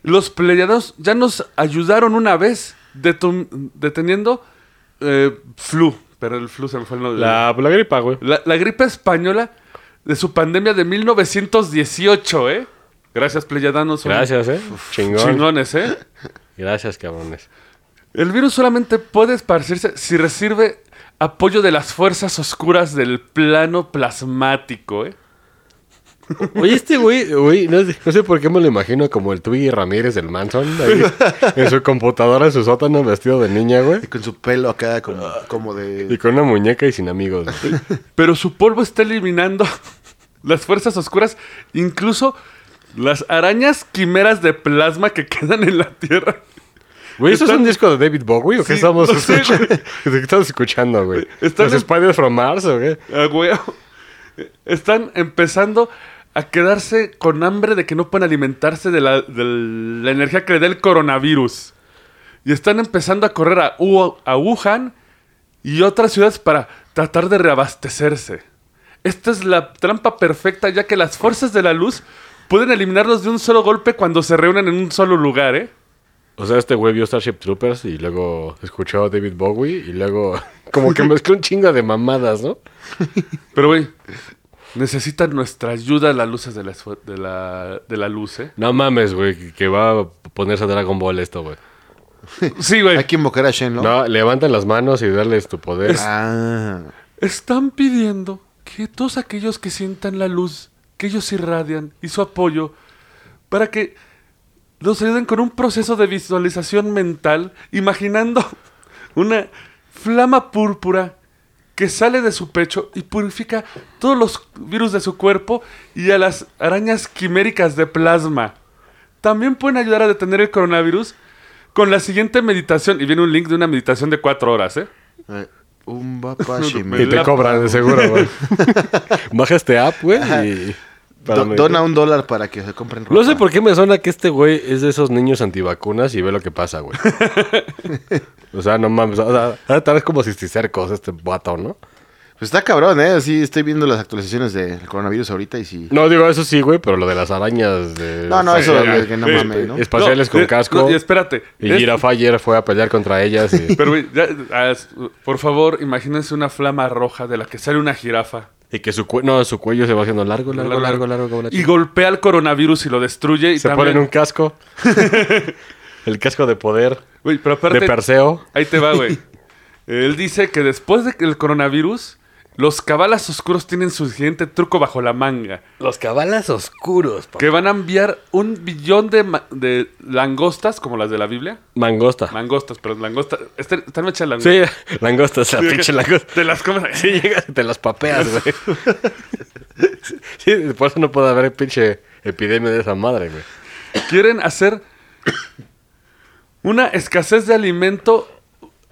S2: los pleiados ya nos ayudaron una vez detum- deteniendo eh, flu. Pero el flu se me fue el nombre.
S3: La, la gripa, güey.
S2: La, la gripe española de su pandemia de 1918, ¿eh? Gracias, pleiadanos. son
S3: Gracias, ¿eh? Chingón.
S2: Chingones, ¿eh?
S3: Gracias, cabrones.
S2: El virus solamente puede esparcirse si recibe apoyo de las fuerzas oscuras del plano plasmático, ¿eh?
S3: Oye, este güey, güey, no sé, no sé por qué me lo imagino como el Twiggy Ramírez del Manson, ahí, en su computadora, en su sótano, vestido de niña, güey.
S4: Y con su pelo acá, como, como
S3: Y
S4: de.
S3: con una muñeca y sin amigos. güey.
S2: Pero su polvo está eliminando las fuerzas oscuras, incluso las arañas quimeras de plasma que quedan en la Tierra.
S3: Güey, ¿eso es
S2: Están-
S3: un disco de David Bowie o qué
S2: Sí,
S3: estamos,
S2: no sé,
S3: escuchando? ¿De qué estamos escuchando, güey?
S2: Están
S3: ¿Los
S2: en-
S3: Spiders from Mars o qué?
S2: Ah, güey. Están empezando a quedarse con hambre de que no pueden alimentarse de la, de la energía que le da el coronavirus. Y están empezando a correr a, U- a Wuhan y otras ciudades para tratar de reabastecerse. Esta es la trampa perfecta ya que las fuerzas de la luz Pueden eliminarlos de un solo golpe cuando se reúnen en un solo lugar, ¿eh?
S3: O sea, este güey vio Starship Troopers y luego escuchó a David Bowie y luego como que mezcló un chingo de mamadas, ¿no?
S2: Pero, güey, necesitan nuestra ayuda las luces de la, esfu- de la, de la luz, ¿eh?
S3: No mames, güey, que va a ponerse a Dragon Ball esto, güey.
S2: Sí, güey.
S4: Hay que invocar a Shen, ¿no?
S3: No, levanta las manos y darles tu poder.
S4: Ah.
S2: Están pidiendo que todos aquellos que sientan la luz, que ellos irradian y su apoyo, para que los ayuden con un proceso de visualización mental, imaginando una flama púrpura que sale de su pecho y purifica todos los virus de su cuerpo y a las arañas quiméricas de plasma. También pueden ayudar a detener el coronavirus con la siguiente meditación. Y viene un link de una meditación de cuatro horas, ¿eh?
S4: Eh, Un vapa
S3: y te
S2: la
S3: cobran, de seguro, güey. Baja este app, güey, y... para meditar.
S4: Dona un dólar para que se compren ropa.
S3: No sé por qué me suena que este güey es de esos niños antivacunas y ve lo que pasa, güey. o sea, no mames. O sea, ha de estar como cisticercos este vato, ¿no?
S4: Pues está cabrón, ¿eh? Sí, estoy viendo las actualizaciones del coronavirus ahorita y sí.
S3: No, digo, eso sí, güey, pero lo de las arañas de...
S4: No, no, eso
S2: Sí,
S4: es que no
S2: sí,
S4: mames, ¿no?
S3: Espaciales
S2: No,
S3: con
S2: eh,
S3: casco.
S2: no, y espérate.
S3: Y
S2: Es-
S3: Girafa ayer fue a pelear contra ellas y,
S2: Pero, güey, ya, ah, es- por favor, imagínense una flama roja de la que sale una jirafa.
S3: y que su, cue- no, su cuello se va haciendo largo, largo, largo, largo, como la
S2: y
S3: chica.
S2: golpea al coronavirus y lo destruye. Y
S3: Se
S2: también-
S3: ponen un casco. El casco de poder.
S2: Güey, pero aparte,
S3: de Perseo.
S2: ahí te va, güey. Él dice que después del coronavirus, los cabalas oscuros tienen su siguiente truco bajo la manga.
S3: Los cabalas oscuros.
S2: Que van a enviar un billón de, ma- de langostas, como las de la Biblia.
S3: Mangosta.
S2: Langostas, pero langostas. este, Están, están hechas langostas.
S3: sí, langostas, la pinche langosta.
S2: Te las comes.
S3: Sí, llegas y te las papeas, güey. Sí, por eso no puede haber pinche epidemia de esa madre, güey.
S2: quieren hacer una escasez de alimento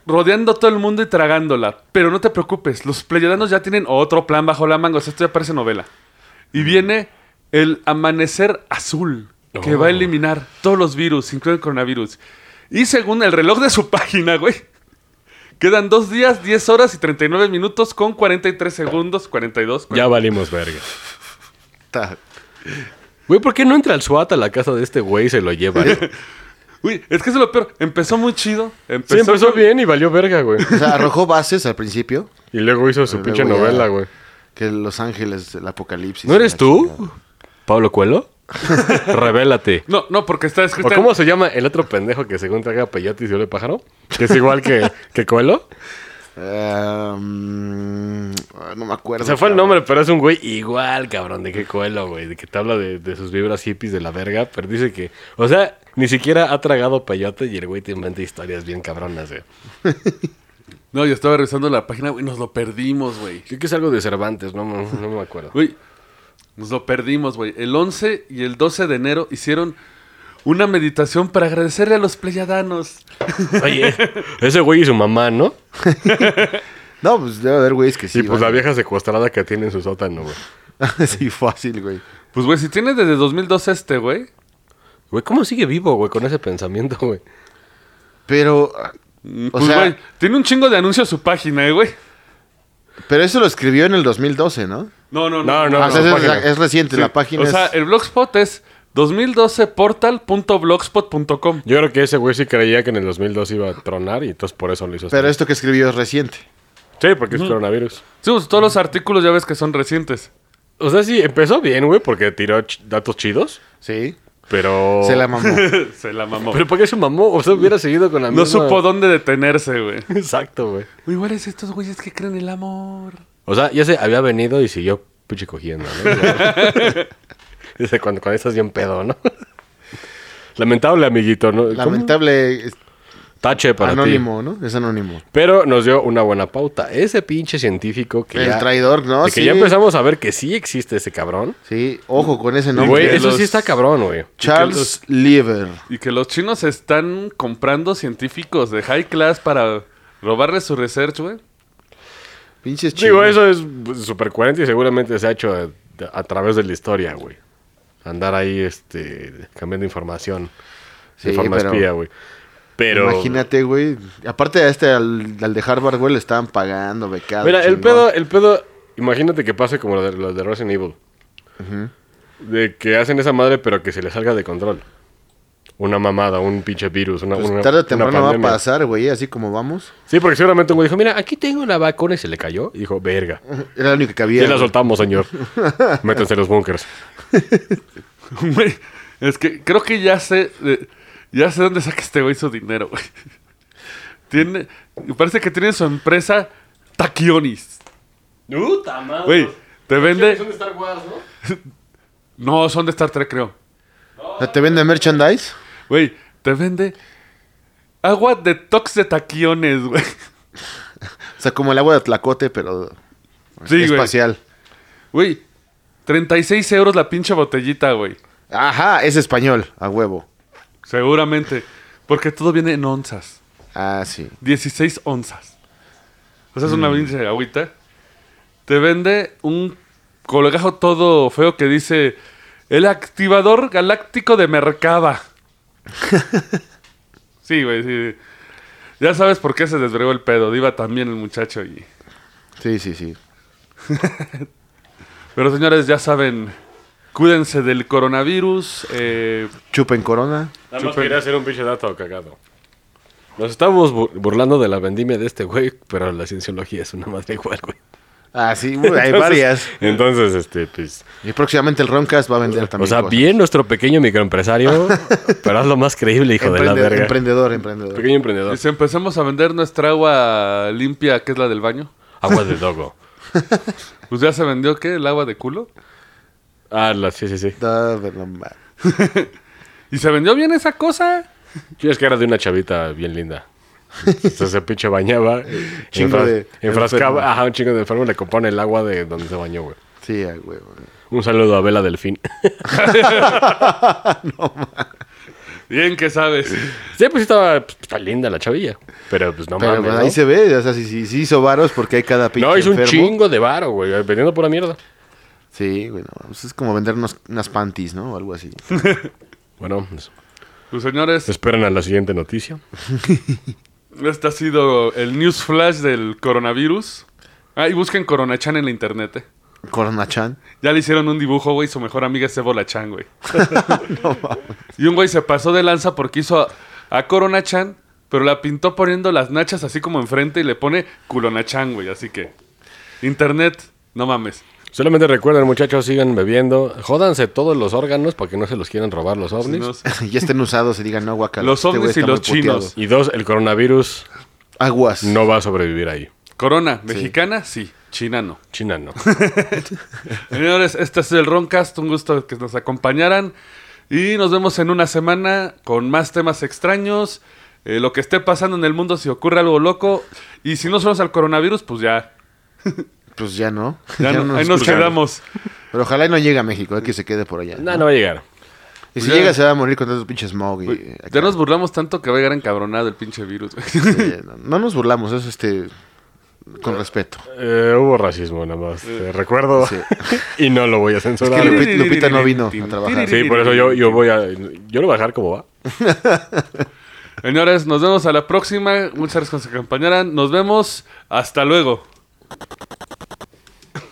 S2: rodeando a todo el mundo y tragándola. Pero no te preocupes, los pleyadanos ya tienen otro plan bajo la manga. O sea, esto ya parece novela.
S3: Mm.
S2: Y viene el amanecer azul, que
S3: Oh.
S2: va a eliminar todos los virus, incluido el coronavirus. Y según el reloj de su página, güey, quedan dos días, 10 horas y 39 minutos con 43 segundos, 42.
S3: Ya valimos verga.
S4: Está-
S3: Güey, ¿por qué no entra el SWAT a la casa de este güey y se lo lleva? eh?
S2: Uy, es que eso es lo peor. Empezó muy chido. Empezó,
S3: Sí, empezó
S2: con-
S3: bien y valió verga, güey.
S4: O sea, arrojó bases al principio,
S3: Y luego hizo su
S4: Luego
S3: pinche
S4: ya-
S3: novela, güey.
S4: que Los Ángeles, el apocalipsis.
S3: ¿No
S4: y
S3: eres
S4: la chingada.
S3: tú? ¿Pablo Cuelo? Revélate.
S2: No, no, porque está
S3: ¿O
S2: escrita.
S3: cómo se llama el otro pendejo que según traga peyote y se huele pájaro? Que es igual que, que Coelho.
S4: Ah, mm, ah, no me acuerdo.
S3: Se fue el
S4: cabrón.
S3: nombre, pero es un güey igual, cabrón, de que Coelho, güey. De que te habla de, de sus vibras hippies de la verga, pero dice que... O sea, ni siquiera ha tragado peyote y el güey te inventa historias bien cabronas, güey.
S2: No, yo estaba revisando la página, güey, nos lo perdimos, güey.
S3: Creo que es algo de Cervantes, no, me- no me acuerdo.
S2: Güey, nos lo perdimos, güey. El 11 y el 12 de enero hicieron una meditación para agradecerle a los pleyadanos.
S3: Oye, ese güey y su mamá, ¿no?
S4: No, pues debe haber güeyes que sí.
S3: Sí, pues
S4: vale.
S3: la vieja secuestrada que tiene en su sótano, güey.
S4: sí, fácil, güey.
S2: Pues, güey, si tiene desde 2012 este, güey.
S3: Güey, ¿cómo sigue vivo, güey, con ese pensamiento, güey?
S4: Pero, ah,
S3: Mm,
S2: Pues,
S4: o sea,
S2: güey, tiene un chingo de anuncios su página, eh, güey.
S4: pero eso lo escribió en el 2012, ¿no?
S2: No, no, no.
S3: No, no,
S4: Ah, o sea,
S3: no,
S4: es-
S3: página.
S4: es, reciente,
S2: Sí.
S4: la página
S2: O
S4: es-
S2: sea, el blogspot es 2012portal.blogspot.com.
S3: Yo creo que ese güey sí creía que en el 2002 iba a tronar y entonces por eso lo hizo.
S4: Pero
S3: así.
S4: esto que escribió es reciente.
S3: Sí, porque es coronavirus.
S2: Sí, pues, todos los artículos ya ves que son recientes.
S3: O sea, sí, empezó bien, güey, porque tiró ch- datos chidos,
S4: Sí.
S3: pero...
S4: Se la mamó.
S2: Se la mamó.
S3: Pero ¿por qué se mamó? O sea, hubiera seguido con la
S2: no
S3: misma...
S2: supo dónde detenerse, güey.
S3: Exacto, güey.
S2: Igual es estos güeyes que creen el amor.
S3: O sea, ya se había venido y siguió pinche cogiendo, ¿no? Dice, cuando, cuando estás bien pedo, ¿no? Lamentable, amiguito, ¿no? ¿Cómo?
S4: Lamentable, es
S3: Tache para ti.
S4: anónimo, ¿no? Es anónimo.
S3: Pero nos dio una buena pauta. Ese pinche científico que
S4: el
S3: ya...
S4: traidor, ¿no?
S3: de que
S4: sí.
S3: ya empezamos a ver que sí existe ese cabrón.
S4: Sí, ojo con ese nombre.
S3: Güey,
S2: que
S3: eso
S2: los-
S3: sí está cabrón, güey.
S4: Charles Lieber.
S2: Y que los chinos están comprando científicos de high class para robarle su research, güey.
S4: Pinches chicos.
S3: Digo, eso es pues, súper coherente y seguramente se ha hecho a, a través de la historia, güey. Andar ahí, este, cambiando información.
S4: Sí,
S3: de forma
S4: pero-
S3: espía, güey. Pero...
S4: Imagínate, güey. Aparte a este, al, al de Harvard, güey, le estaban pagando, becado.
S3: Mira, el
S4: chingón.
S3: pedo, el pedo... Imagínate que pase como lo de, lo de Resident Evil. de que hacen esa madre, pero que se les salga de control. Una mamada, un pinche virus, una,
S4: Pues
S3: una-
S4: tarde o
S3: una
S4: temprano va a
S3: pandemia.
S4: pasar, güey, así como vamos.
S3: Sí, porque seguramente un güey dijo, mira, aquí tengo una vacuna y se le cayó. Y dijo, verga.
S4: Era lo único que había.
S3: Ya la
S4: güey.
S3: soltamos, señor. Métanse en los bunkers.
S2: Güey, es que creo que ya sé. de- ya sé dónde saca este güey su dinero, güey. Tiene. Parece que tiene su empresa Taquionis.
S5: ¡Puta madre!
S2: Güey, te
S5: Son
S2: vende.
S5: de Star Wars, ¿no?
S2: No, son de Star Trek, creo.
S4: O sea, ¿Te vende merchandise?
S2: Güey, te vende. Agua de tox de taquiones, güey.
S4: O sea, como el agua de Tlacote, pero
S2: Sí, güey.
S4: espacial.
S2: Güey, 36 euros la pinche botellita, güey.
S4: Ajá, es español, a huevo.
S2: Seguramente. Porque todo viene en onzas.
S4: Ah, sí.
S2: 16 onzas. O sea, es una pinche agüita. Te vende un colgajo todo feo que dice el activador galáctico de Mercaba. sí, güey, sí. Ya sabes por qué se desbregó el pedo. Iba también el muchacho y...
S4: Sí, sí, sí.
S2: Pero señores, ya saben, cuídense del coronavirus. eh,
S4: Chupen corona.
S3: Nada más
S2: Chupen.
S3: quería hacer un pinche dato cagado. Nos estamos bu- burlando de la vendimia de este güey, pero la cienciología es una madre igual, güey.
S4: Ah, sí, güey, hay
S3: Entonces-
S4: varias.
S3: Entonces, este, pues.
S4: Y próximamente el Roncast va a vender también.
S3: o sea,
S4: cosas.
S3: bien nuestro pequeño microempresario, pero hazlo más creíble, hijo de la
S4: Emprende-
S3: verga.
S4: Emprendedor, emprendedor.
S3: Pequeño emprendedor.
S2: y si empezamos a vender nuestra agua limpia, que es la del baño,
S3: Agua de dogo.
S2: pues ya se vendió, ¿qué? ¿El agua de culo?
S3: Ah, la, sí, sí, sí.
S4: Da- pero ma-
S2: Y se vendió bien esa cosa.
S3: Yo es que era de una chavita bien linda. Entonces se pinche bañaba.
S4: Chingo
S3: enfras-
S4: de- enfermo.
S3: Enfrascaba. Ajá, un chingo de enfermo le compone el agua de donde se bañó, güey.
S4: Sí, a huevo.
S3: Un saludo a Vela Delfín.
S2: Bien que sabes.
S3: Sí, pues sí estaba pues, está linda la chavilla. Pero pues no
S4: Pero
S3: mames.
S4: pues,
S3: ¿no?
S4: ahí se ve, o sea, sí, sí, sí hizo varos porque hay cada pinche
S3: No, hizo un
S4: enfermo.
S3: chingo de varo, güey. Vendiendo pura mierda.
S4: Sí, güey, no, pues, es como vender unos- unas panties, ¿no? O algo así.
S3: Bueno, pues,
S2: Pues señores,
S3: esperen a la siguiente noticia.
S2: este ha sido el news flash del coronavirus. Ah, y busquen Coronachan en la internet. eh.
S4: Corona Chan.
S2: Ya le hicieron un dibujo, güey. Su mejor amiga es Ébola Chan, güey. y un güey se pasó de lanza porque hizo a, a Corona Chan, pero la pintó poniendo las nachas así como enfrente y le pone Culona Chan, güey. Así que, internet, no mames.
S3: Solamente recuerden, muchachos, sigan bebiendo. Jódanse todos los órganos para que no se los quieran robar los ovnis.
S2: Nos-
S4: ya estén usados y digan, no, guacala. este
S2: Los
S4: güey
S2: ovnis y
S4: está
S2: los
S4: muy puteado".
S2: chinos.
S3: Y dos, el coronavirus
S4: Aguas.
S3: no va a sobrevivir ahí.
S2: Corona, mexicana, sí. China, no.
S3: China no.
S2: Señores, este es el Roncast. Un gusto que nos acompañaran. Y nos vemos en una semana con más temas extraños. eh, lo que esté pasando en el mundo, si ocurre algo loco. Y si no somos al coronavirus, pues ya.
S4: Pues ya no.
S2: ya no-
S4: no
S2: ahí nos
S4: escuchan.
S2: quedamos.
S4: Pero ojalá y no llegue a México, eh, que se quede por allá.
S3: no, Pues, no va a llegar.
S4: Y si
S2: Ya.
S4: llega se va a morir con tantos pinches smog. Y, acá.
S2: Ya nos burlamos tanto que va a llegar encabronado el pinche virus. güey.
S4: Eh, no, no nos burlamos, es este... Con respeto.
S3: Eh, hubo racismo nada más, te recuerdo.
S4: Sí.
S3: y no lo voy a
S4: Es
S3: censurar.
S4: que Lupi- Lupita no vino a trabajar.
S3: Sí, por eso yo, yo voy a... Yo lo voy a dejar como va.
S2: Señores, nos vemos a la próxima. Muchas gracias que nos acompañaran. Nos vemos. Hasta luego.